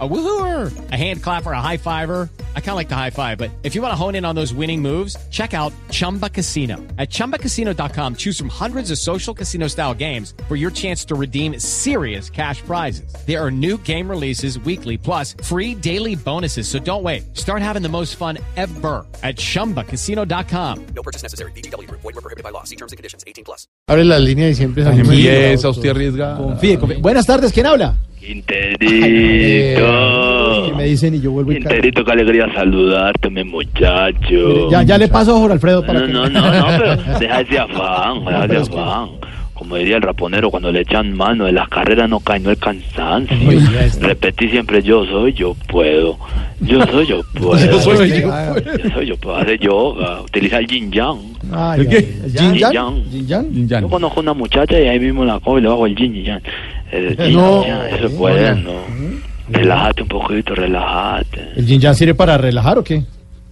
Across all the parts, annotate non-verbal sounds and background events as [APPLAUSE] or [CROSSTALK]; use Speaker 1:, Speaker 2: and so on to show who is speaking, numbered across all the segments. Speaker 1: A woohooer, a hand clapper, a high fiver. I kind of like the high five, but if you want to hone in on those winning moves, check out Chumba Casino. At chumbacasino.com, choose from hundreds of social casino style games for your chance to redeem serious cash prizes. There are new game releases weekly, plus free daily bonuses. So don't wait. Start having the most fun ever at chumbacasino.com.
Speaker 2: No purchase necessary. BGW. Void were prohibited by law. See terms and conditions. 18 plus.
Speaker 3: Abre la línea y siempre sale muy
Speaker 4: Y
Speaker 3: bien.
Speaker 4: esa usted arriesga.
Speaker 3: Confíe, confíe. Buenas tardes, ¿quién habla?
Speaker 5: Quinterito.
Speaker 3: Que me dicen y yo vuelvo y ca-
Speaker 5: Quinterito, qué alegría saludarte, mi muchacho.
Speaker 3: Ya, ya le paso a Jorge Alfredo para
Speaker 5: No,
Speaker 3: que...
Speaker 5: no, no, no,
Speaker 3: [LAUGHS]
Speaker 5: pero deja ese afán, deja ese afán. Como diría el raponero, cuando le echan mano, en las carreras no cae, no el cansancio.
Speaker 3: Oiga, este.
Speaker 5: Repetí siempre, yo soy, yo puedo. Yo
Speaker 3: [LAUGHS]
Speaker 5: soy, yo puedo. Yo
Speaker 4: Pues
Speaker 5: soy, yo,
Speaker 3: Ah,
Speaker 5: puedo. Hace yoga, utiliza el yin yang.
Speaker 3: ah,
Speaker 4: ¿El
Speaker 3: ya,
Speaker 4: qué?
Speaker 3: ya, ya.
Speaker 5: Yin
Speaker 3: ¿Yin
Speaker 5: yang.
Speaker 3: Yang? ¿Yin Yang?
Speaker 4: Ya
Speaker 5: Yo
Speaker 4: no.
Speaker 5: conozco una muchacha y ahí mismo la cojo y le bajo el yin y yang. El yin
Speaker 3: No.
Speaker 5: y yang, eso es
Speaker 3: Eh,
Speaker 5: bueno. Relájate un poquito, relájate.
Speaker 3: ¿El Yin Yang sirve para relajar o qué?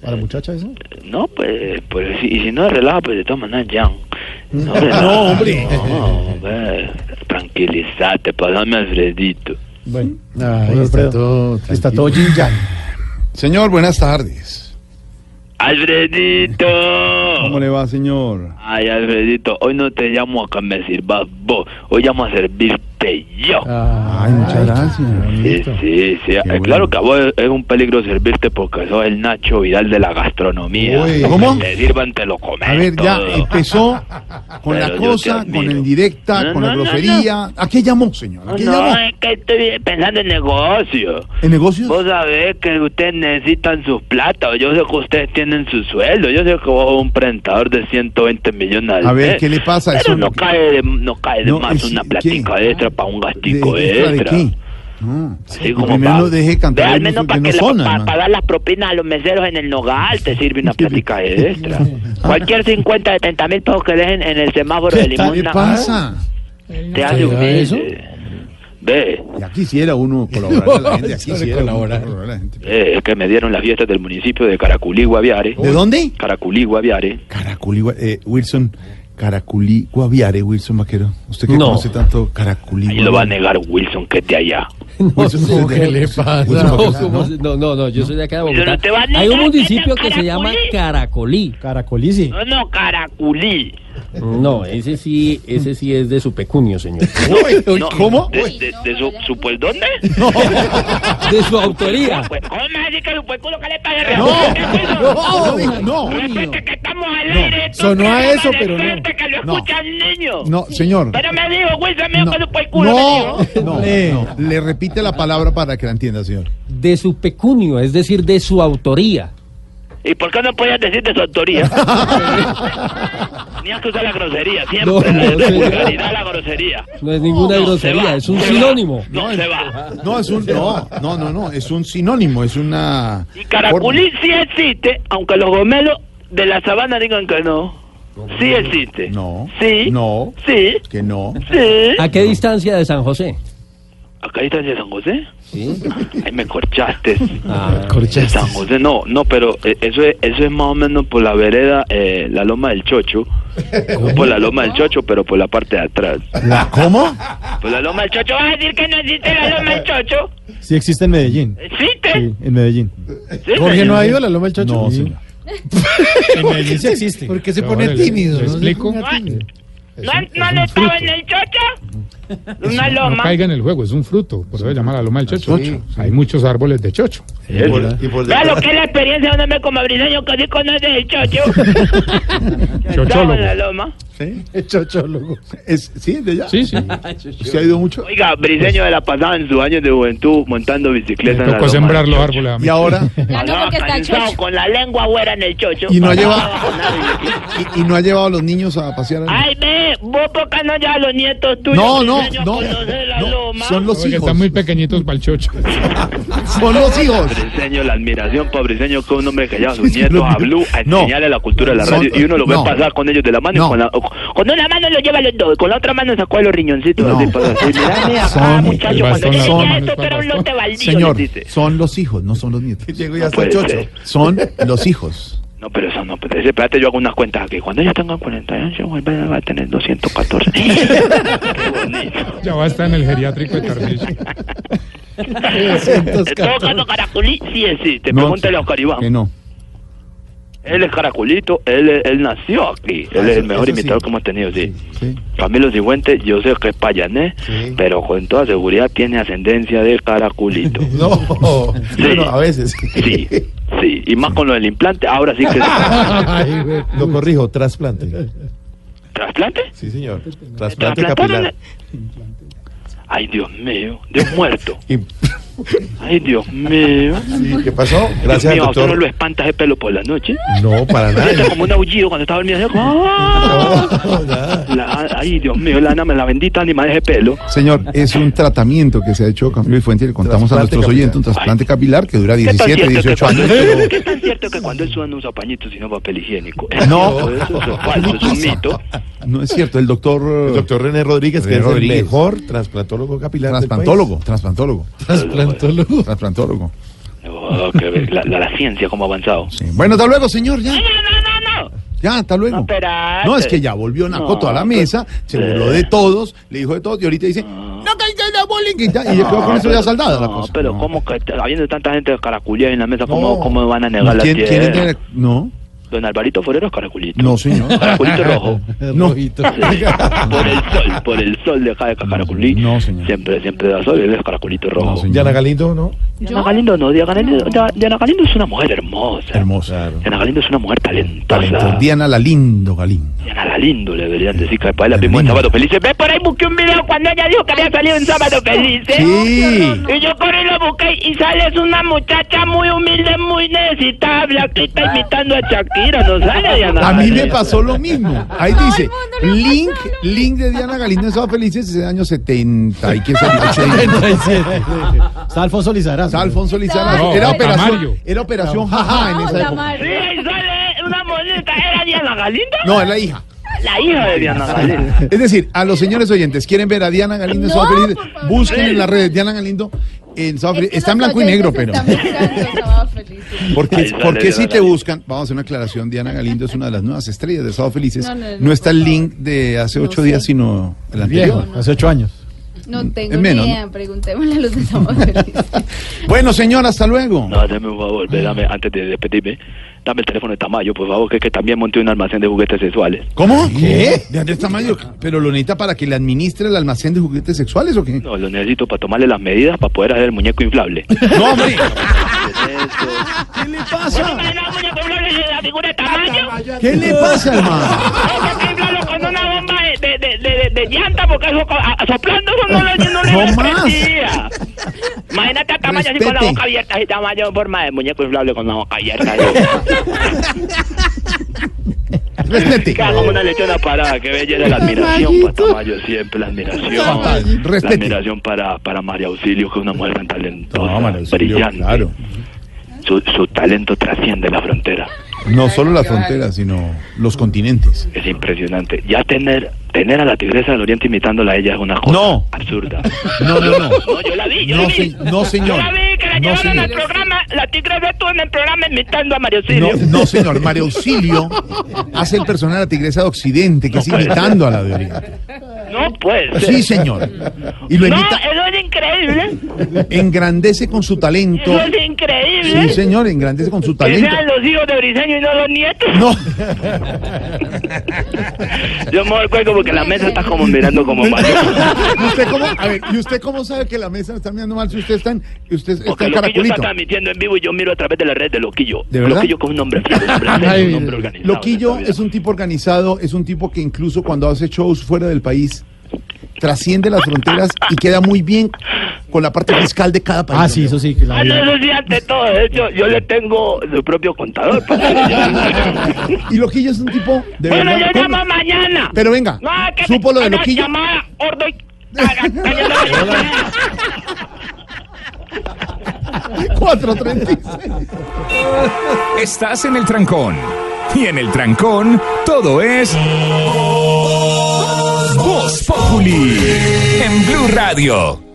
Speaker 3: ¿Para muchacha eso?
Speaker 5: No, pues, pues si- y si no relaja, pues de todas maneras yang. No, relaja,
Speaker 4: hombre.
Speaker 5: No, hombre. Tranquilízate, pasame Alfredito.
Speaker 3: Bueno,
Speaker 4: Ahí
Speaker 3: Jorge
Speaker 4: está
Speaker 3: Alfredo.
Speaker 4: todo
Speaker 3: Está
Speaker 4: tranquilo.
Speaker 3: todo Yin Yang.
Speaker 4: Señor, buenas tardes. ¿Cómo
Speaker 5: ¡Alfredito!
Speaker 4: le va, señor?
Speaker 5: Ay, Alfredito, hoy no te llamo a que me sirvas vos, hoy llamo a servirte yo.
Speaker 4: Ay, muchas gracias.
Speaker 5: Sí, sí, sí. Eh,
Speaker 4: Ah, bueno.
Speaker 5: Claro que a vos es- es un peligro servirte porque sos el Nacho Vidal de la gastronomía.
Speaker 4: Uy.
Speaker 5: Lo que
Speaker 4: ¿Cómo?
Speaker 5: Te sirvan, te lo comes.
Speaker 4: A ver, ya
Speaker 5: todo.
Speaker 4: empezó con la
Speaker 5: Pero yo
Speaker 4: cosa,
Speaker 5: te
Speaker 4: con
Speaker 5: admiro.
Speaker 4: el directa,
Speaker 5: No,
Speaker 4: con la
Speaker 5: no, no,
Speaker 4: grosería. ¿A qué llamó, señor? ¿A
Speaker 5: No,
Speaker 4: qué
Speaker 5: Ah, no,
Speaker 4: llamó?
Speaker 5: es que estoy pensando en negocio.
Speaker 4: ¿En negocios?
Speaker 5: Vos sabés que ustedes necesitan sus plata. Yo sé que ustedes tienen su sueldo. Yo sé que vos sos un prentador de 120 millones al
Speaker 4: A ver,
Speaker 5: mes.
Speaker 4: ¿qué le pasa? Eso
Speaker 5: Pero no
Speaker 4: no-
Speaker 5: cae, de, no cae de
Speaker 4: No,
Speaker 5: más
Speaker 4: es-
Speaker 5: una
Speaker 4: ¿qué?
Speaker 5: platica extra para un gastico
Speaker 4: ¿De- extra de
Speaker 5: extra.
Speaker 4: qué? No.
Speaker 5: Sí, como
Speaker 4: Primero
Speaker 5: pa-
Speaker 4: lo deje cantar
Speaker 5: Ve,
Speaker 4: el
Speaker 5: al menos
Speaker 4: uso
Speaker 5: para
Speaker 4: que no
Speaker 5: que
Speaker 4: son,
Speaker 5: para
Speaker 4: además.
Speaker 5: pagar las propinas a los meseros en el nogal te
Speaker 4: [LAUGHS]
Speaker 5: sirve una plática extra. Cualquier 50, 70 mil pesos que dejen en el semáforo de
Speaker 3: ¿Qué tal?
Speaker 4: Ah. ¿Qué
Speaker 5: limosna
Speaker 4: pasa?
Speaker 5: te hace un
Speaker 3: ¿Sabía eso?
Speaker 5: Ve,
Speaker 4: Ya quisiera
Speaker 5: [LAUGHS]
Speaker 4: uno colaborar a la gente. Ya quisiera uno
Speaker 3: Colaborar.
Speaker 4: colaborar a la gente.
Speaker 5: ve, es que me dieron las fiestas del municipio de Caraculí, Guaviare.
Speaker 4: ¿De dónde?
Speaker 5: Caraculí, Guaviare.
Speaker 4: Caraculí, Gua- eh, Wilson. Caraculí, Guaviare, Wilson Vaquero. ¿Usted que
Speaker 6: No.
Speaker 4: conoce tanto Caraculí?
Speaker 5: Ahí lo va a
Speaker 4: Guaviare?
Speaker 5: negar Wilson que es de allá.
Speaker 6: Pues,
Speaker 4: Wilson,
Speaker 3: sé,
Speaker 4: ¿usted es de-
Speaker 3: Pues, ¿qué le pasa? Pues,
Speaker 4: Wilson
Speaker 6: No,
Speaker 4: Vaquero,
Speaker 6: ¿cómo se- no, no, no, yo soy de acá de
Speaker 5: Pero
Speaker 6: Bogotá.
Speaker 5: no te van a
Speaker 6: Hay un
Speaker 5: negar
Speaker 6: municipio
Speaker 5: que
Speaker 6: que
Speaker 5: sea
Speaker 6: se llama Caracolí.
Speaker 3: Caracolisi.
Speaker 5: No, no, Caraculí.
Speaker 6: No, ese sí, ese sí es de su
Speaker 5: [LAUGHS]
Speaker 6: pecunio, señor.
Speaker 5: No,
Speaker 4: ¿Cómo?
Speaker 5: ¿De, de- de su, su pues dónde?
Speaker 6: De su autoría.
Speaker 5: Pues, ¿Cómo me vas a decir que su pues culo que le pague?
Speaker 4: No, no, no,
Speaker 5: Respete que estamos al aire. esto
Speaker 3: sonó
Speaker 5: es
Speaker 3: a
Speaker 5: programa
Speaker 3: eso,
Speaker 5: de
Speaker 3: pero no.
Speaker 5: gente que lo
Speaker 4: No.
Speaker 5: escuchan niños.
Speaker 4: no,
Speaker 3: [LAUGHS]
Speaker 4: señor.
Speaker 5: Pero me dijo, Wilson, me dijo
Speaker 4: No,
Speaker 5: que su pues culo. me
Speaker 4: no,
Speaker 5: dijo.
Speaker 4: no, no. Le repite la palabra para que la entienda, señor.
Speaker 6: De su pecunio, es decir, de su autoría.
Speaker 5: ¿Y por qué no podías decir de su autoría? Tenías que usar la grosería, siempre.
Speaker 6: No,
Speaker 5: la
Speaker 6: no, señor.
Speaker 5: vulgaridad, la grosería.
Speaker 6: No es ninguna
Speaker 5: No, se
Speaker 6: grosería,
Speaker 5: va,
Speaker 6: es un
Speaker 5: se va.
Speaker 6: sinónimo.
Speaker 5: No, se va.
Speaker 4: No, es un no, no, no, no, es un sinónimo, es una
Speaker 5: Y Caraculí sí existe, aunque los gomelos de la sabana digan que no. Sí existe.
Speaker 4: No.
Speaker 5: Sí.
Speaker 4: No.
Speaker 5: Sí.
Speaker 4: que no.
Speaker 5: Sí.
Speaker 6: ¿A qué distancia de San José?
Speaker 5: ¿Acá hay distancia de San José? Ah,
Speaker 6: Sí.
Speaker 5: Ahí me corchaste.
Speaker 6: Ah,
Speaker 5: San José, no, no, pero eh, eso es, eso es más o menos por la vereda, eh, la loma del Chocho. No por la loma del Chocho, pero por la parte de atrás.
Speaker 4: ¿La cómo?
Speaker 5: Pues la Loma del Chocho, ¿vas a decir que no existe la Loma del Chocho?
Speaker 3: Sí existe en Medellín.
Speaker 5: ¿Eh? ¿Existe?
Speaker 3: Sí, en Medellín.
Speaker 5: Sí,
Speaker 3: ¿Jorge
Speaker 5: señor.
Speaker 3: no ha ido a la Loma del Chocho?
Speaker 4: No,
Speaker 3: Sí.
Speaker 4: señor.
Speaker 7: En Medellín sí existe.
Speaker 3: ¿Por qué se pone tímido?
Speaker 7: ¿Te
Speaker 3: No se
Speaker 7: explico?
Speaker 3: ponga tímido.
Speaker 5: ¿No, han- no han estado en el Chocho? Una
Speaker 7: No
Speaker 5: loma.
Speaker 7: caiga en el juego, es un fruto, por eso se llama la loma del chocho.
Speaker 4: Sí,
Speaker 7: Hay muchos árboles de chocho.
Speaker 4: Y por- y por
Speaker 5: Vea lo
Speaker 4: detrás-
Speaker 5: que
Speaker 4: [LAUGHS]
Speaker 5: es la experiencia de un hombre como briseño que sí conoce el Chocho. Estaba en la
Speaker 7: Chochólogo.
Speaker 5: loma.
Speaker 4: Sí,
Speaker 3: Chochólogo.
Speaker 4: es sí, de allá.
Speaker 7: Sí, sí.
Speaker 5: [LAUGHS]
Speaker 4: ¿Se ha ido mucho?
Speaker 5: Oiga, briseño de la pasada en sus años de juventud montando
Speaker 7: Le
Speaker 5: bicicleta. en la
Speaker 7: tocó
Speaker 5: loma
Speaker 7: sembrar
Speaker 5: del
Speaker 7: los
Speaker 5: Chocho.
Speaker 7: árboles a mí.
Speaker 4: Y ahora
Speaker 8: Ah, no,
Speaker 5: Andaba
Speaker 8: porque está
Speaker 5: cansado,
Speaker 8: chocho.
Speaker 5: con la lengua afuera en el chocho.
Speaker 4: y no ha
Speaker 5: Andaba
Speaker 4: llevado
Speaker 5: con la [LAUGHS] bicicleta.
Speaker 4: y, y no ha llevado a los niños a pasear.
Speaker 5: Ay, ve, vos por qué no llevas a los nietos tuyos.
Speaker 4: No, no,
Speaker 5: briseño, a
Speaker 4: no,
Speaker 5: conocer la
Speaker 4: no,
Speaker 5: loma?
Speaker 4: son los
Speaker 7: Porque
Speaker 4: hijos.
Speaker 7: están muy pequeñitos para el chocho.
Speaker 4: Son los hijos.
Speaker 5: Briseño, la admiración por Briseño, que es un hombre que lleva a sus nietos a Blue a
Speaker 4: No.
Speaker 5: enseñarle la cultura de la radio.
Speaker 4: Son-
Speaker 5: y uno lo ve
Speaker 4: no.
Speaker 5: pasar con ellos de la mano.
Speaker 4: No.
Speaker 5: Y con, la, o- con una mano lo lleva a los dos. Y con la otra mano sacó los riñoncitos.
Speaker 4: No.
Speaker 5: Así, para así. Mira, mira, acá,
Speaker 4: Son-
Speaker 5: muchacho,
Speaker 7: el
Speaker 5: cuando
Speaker 7: bastón,
Speaker 5: yo
Speaker 7: la
Speaker 5: llegué a
Speaker 7: mano,
Speaker 5: esto,
Speaker 7: el
Speaker 5: tú eras un lote baldío.
Speaker 4: Señor,
Speaker 5: les dice.
Speaker 4: son los hijos, no son los nietos.
Speaker 5: No puede ser.
Speaker 4: Son los hijos.
Speaker 5: No, pero eso no. Pues, espérate, yo hago unas cuentas aquí. Cuando ella tenga 48, ella va a
Speaker 4: [LAUGHS]
Speaker 5: tener 214. [LAUGHS] Qué bonito.
Speaker 7: Ya va a estar en el geriátrico de Tarcillo.
Speaker 5: [LAUGHS]
Speaker 4: [LAUGHS]
Speaker 5: En todo caso, Caracolí sí existe.
Speaker 4: No,
Speaker 5: Pregúntale a Caribán.
Speaker 4: Que no.
Speaker 5: Él es Caracolito, él, él nació aquí. Él es el
Speaker 4: Ah, eso
Speaker 5: mejor
Speaker 4: sí.
Speaker 5: imitador que hemos tenido, sí.
Speaker 4: Sí.
Speaker 5: Camilo Sigüente, yo sé que es payanés,
Speaker 4: Sí.
Speaker 5: pero con toda seguridad tiene ascendencia de Caracolito.
Speaker 4: [LAUGHS] No. Bueno, a veces.
Speaker 5: Sí, sí. Y más con lo del implante, ahora
Speaker 4: [LAUGHS]
Speaker 5: sí que...
Speaker 3: Ay, güey.
Speaker 4: Lo corrijo, trasplante.
Speaker 5: ¿Trasplante?
Speaker 4: Sí, señor. Trasplante
Speaker 5: ¿Trasplantaron?
Speaker 4: capilar.
Speaker 5: Ay, Dios mío, de un muerto.
Speaker 4: Y-
Speaker 5: Ay, Dios mío.
Speaker 4: ¿Y ¿Qué pasó? Gracias,
Speaker 5: Dios mío, ¿a usted no lo
Speaker 4: doctor.
Speaker 5: espanta ese pelo por la noche?
Speaker 4: No,
Speaker 3: [LAUGHS]
Speaker 4: para
Speaker 5: Era
Speaker 4: nada.
Speaker 5: como un aullido cuando estaba dormido.
Speaker 4: [LAUGHS]
Speaker 5: así, ¡ah! La- ay, Dios mío, la, la bendita animal de ese pelo.
Speaker 4: Señor, es un tratamiento que se ha hecho Camilo y Fuente, le contamos a nuestros oyentes, un trasplante capilar que dura
Speaker 5: ¿Qué este tan
Speaker 4: 17,
Speaker 5: cierto que
Speaker 4: 18
Speaker 5: cuando-
Speaker 4: años.
Speaker 5: ¿Qué tan cierto que cuando él suda no usa pañitos sino papel higiénico?
Speaker 4: [LAUGHS]
Speaker 5: ¿Es
Speaker 4: No.
Speaker 5: cierto eso? ¿Eso es falso? ¿Es un mito?
Speaker 4: No es cierto, el doctor...
Speaker 8: El doctor René Rodríguez, que
Speaker 4: René
Speaker 8: es
Speaker 4: Rodríguez.
Speaker 8: el mejor trasplantólogo capilar. del
Speaker 4: Transplantólogo, transplantólogo,
Speaker 3: Trasplantólogo.
Speaker 4: transplantólogo.
Speaker 5: Oh, qué ver- la, la- la ciencia, cómo ha avanzado.
Speaker 4: Sí. Bueno, hasta luego, señor, ya,
Speaker 5: No, no, no, no.
Speaker 4: ya, hasta
Speaker 5: No,
Speaker 4: luego.
Speaker 5: espérate.
Speaker 4: No, es que ya volvió Nacoto a la
Speaker 5: No, pues, eh.
Speaker 4: mesa, se burló de todos, le dijo de todos, y ahorita dice, no caiga en la bowling, y ya, y yo creo que con eso ya saldada la
Speaker 5: No,
Speaker 4: cosa.
Speaker 5: pero
Speaker 4: No.
Speaker 5: ¿cómo que te- habiendo tanta gente caraculea en la mesa, cómo,
Speaker 4: No.
Speaker 5: cómo van a negar la
Speaker 4: ¿Quién,
Speaker 5: tierra?
Speaker 4: quién es de- No,
Speaker 5: Don Alvarito Forero es caraculito.
Speaker 4: no,
Speaker 5: [LAUGHS]
Speaker 4: señor. [LAUGHS]
Speaker 5: Caraculito rojo.
Speaker 4: No,
Speaker 5: Sí, por el sol, por el sol de acá de Caraculí.
Speaker 4: No, señor.
Speaker 5: Siempre, siempre da sol, él es Caraculito rojo.
Speaker 4: No, señor.
Speaker 8: Diana Galindo,
Speaker 3: [LAUGHS]
Speaker 8: ¿no?
Speaker 5: Diana Galindo no, Diana Galindo, Diana Galindo es una mujer hermosa.
Speaker 4: hermosa.
Speaker 5: Diana Galindo es una mujer talentosa.
Speaker 4: Talentosa. Diana Lalindo Galindo.
Speaker 5: Diana Galindo le deberían decir que para la vimos en
Speaker 4: Galindo.
Speaker 5: Sábado Felices. Ve por ahí, busqué un video cuando ella dijo que había salido en Sábado Felices.
Speaker 4: Sí.
Speaker 5: Y yo corrí y lo busqué y sales una muchacha muy humilde, muy necesitada, blanquita, imitando a Shakira. No sale Diana
Speaker 4: Ah. A mí me
Speaker 5: Galindo.
Speaker 4: pasó lo mismo. Ahí dice, link, link de Diana Galindo en Sábado Felices es del año 70 y que
Speaker 5: [LAUGHS]
Speaker 4: se
Speaker 3: Está Alfonso Lizarazo.
Speaker 4: Alfonso Lizarazo.
Speaker 7: No,
Speaker 4: era
Speaker 7: Tamayo.
Speaker 4: operación, era operación jaja en esa época.
Speaker 5: Sí, ahí sale una moneta. ¿Era Diana Galindo?
Speaker 4: No, es la hija.
Speaker 5: La hija de
Speaker 4: [LAUGHS]
Speaker 5: Diana Galindo.
Speaker 4: Es decir, a los señores oyentes, ¿quieren ver a Diana Galindo en Sábado Felices? Busquen en las redes Diana Galindo en Sábado Felices. Está en blanco y negro, pero.
Speaker 5: Ahí
Speaker 4: Porque,
Speaker 5: sale
Speaker 4: porque si
Speaker 5: Diana
Speaker 4: te
Speaker 5: Galindo.
Speaker 4: buscan, vamos a hacer una aclaración, Diana Galindo es una de las nuevas estrellas de Sábado Felices. No,
Speaker 9: No, no, no,
Speaker 4: está
Speaker 9: por
Speaker 4: el
Speaker 9: favor.
Speaker 4: link de hace
Speaker 9: No
Speaker 4: ocho
Speaker 9: sé.
Speaker 4: días, sino el
Speaker 3: Viejo,
Speaker 4: anterior.
Speaker 3: hace ocho años.
Speaker 9: No tengo
Speaker 4: Es menos,
Speaker 9: ni idea, preguntémosle a los de Somos Felices.
Speaker 4: Bueno, señor, hasta luego.
Speaker 5: No, dame un favor, ve, dame, antes de despedirme, dame el teléfono de Tamayo, por favor, que, es que también monté un almacén de juguetes sexuales.
Speaker 4: ¿Cómo? ¿Qué? ¿De Andrés Tamayo? ¿Pero lo necesita para que le administre el almacén de juguetes sexuales o qué?
Speaker 5: No, lo necesito para tomarle las medidas para poder hacer el muñeco inflable.
Speaker 4: [LAUGHS] No,
Speaker 5: [LAUGHS]
Speaker 4: hombre.
Speaker 5: Eso.
Speaker 4: ¿Qué le pasa?
Speaker 5: el muñeco inflable de la figura de Tamayo?
Speaker 4: ¿Qué le pasa, hermano?
Speaker 5: [LAUGHS] Eso que inflarlo con una bomba de, de, de, de, de llanta, porque eso co- a- soplando eso no, lo- no le
Speaker 4: No más.
Speaker 5: desprendía. Imagínate a Tamayo así con la
Speaker 4: Respete.
Speaker 5: boca abierta, así Tamayo en forma de muñeco inflable con la boca abierta. así.
Speaker 4: [LAUGHS] Respete.
Speaker 5: Cada como una lechona parada, que belleza la admiración para Tamayo siempre, la admiración.
Speaker 4: Fatal.
Speaker 5: La
Speaker 4: Respete.
Speaker 5: admiración para, para María Auxilio, que es una mujer tan talentosa,
Speaker 4: No, María Auxilio,
Speaker 5: brillante.
Speaker 4: claro.
Speaker 5: Su, su talento trasciende la frontera.
Speaker 4: No solo la frontera, sino los continentes.
Speaker 5: Es impresionante. Ya tener tener a la tigresa del Oriente imitándola a ella es una cosa
Speaker 4: No.
Speaker 5: absurda.
Speaker 4: No, no, no.
Speaker 5: [LAUGHS] No, yo la vi, yo
Speaker 4: No,
Speaker 5: la vi.
Speaker 4: se- no,
Speaker 5: Yo
Speaker 4: señor.
Speaker 5: la vi que la
Speaker 4: No,
Speaker 5: llevaron al
Speaker 4: señor.
Speaker 5: programa, la tigresa estuvo en el programa imitando a María Auxilio.
Speaker 4: No, no, señor. María Auxilio hace el personaje de la tigresa de Occidente, que es imitando a la de Oriente.
Speaker 5: No, pues.
Speaker 4: Sí, señor. Y lo
Speaker 5: no,
Speaker 4: imita,
Speaker 5: eso es increíble.
Speaker 4: engrandece con su talento.
Speaker 5: Eso es increíble.
Speaker 4: eh. Sí, señor, engrandece con su
Speaker 5: Que
Speaker 4: talento.
Speaker 5: sean los hijos de Briseño y no los nietos.
Speaker 4: No. [LAUGHS]
Speaker 5: Yo me doy cuello porque la mesa está como mirando
Speaker 4: [LAUGHS]
Speaker 5: como mal.
Speaker 4: ¿Y usted cómo, a ver, ¿y usted cómo sabe que la mesa está mirando mal si usted está en, usted está
Speaker 5: Porque
Speaker 4: en
Speaker 5: Loquillo está
Speaker 4: Caracolito?
Speaker 5: transmitiendo en vivo y yo miro a través de la red de Loquillo.
Speaker 4: ¿De verdad?
Speaker 5: Loquillo con un nombre fiel, un hombre
Speaker 4: [LAUGHS]
Speaker 5: serio, un hombre organizado.
Speaker 4: Loquillo es un tipo organizado, es un tipo que incluso cuando hace shows fuera del país trasciende las fronteras y queda muy bien con la parte fiscal de cada país.
Speaker 3: Ah, sí, eso sí. que la
Speaker 5: Ah, no,
Speaker 3: había-
Speaker 5: eso sí, ante todo. De hecho, yo le tengo su propio contador.
Speaker 4: [LAUGHS]
Speaker 5: pues. [LAUGHS] para que-
Speaker 4: [LAUGHS] Y Loquillo es un tipo de
Speaker 5: bueno,
Speaker 4: verdad.
Speaker 5: yo
Speaker 4: ¿cómo?
Speaker 5: llamo mañana.
Speaker 4: Pero venga,
Speaker 5: No, que
Speaker 4: supo lo de
Speaker 5: una
Speaker 4: Loquillo. [LAUGHS]
Speaker 5: llamada, gordo, y- Hola.
Speaker 4: 436.
Speaker 10: Estás en el trancón. Y en el trancón, todo es. Voz Populi. En Blue Radio.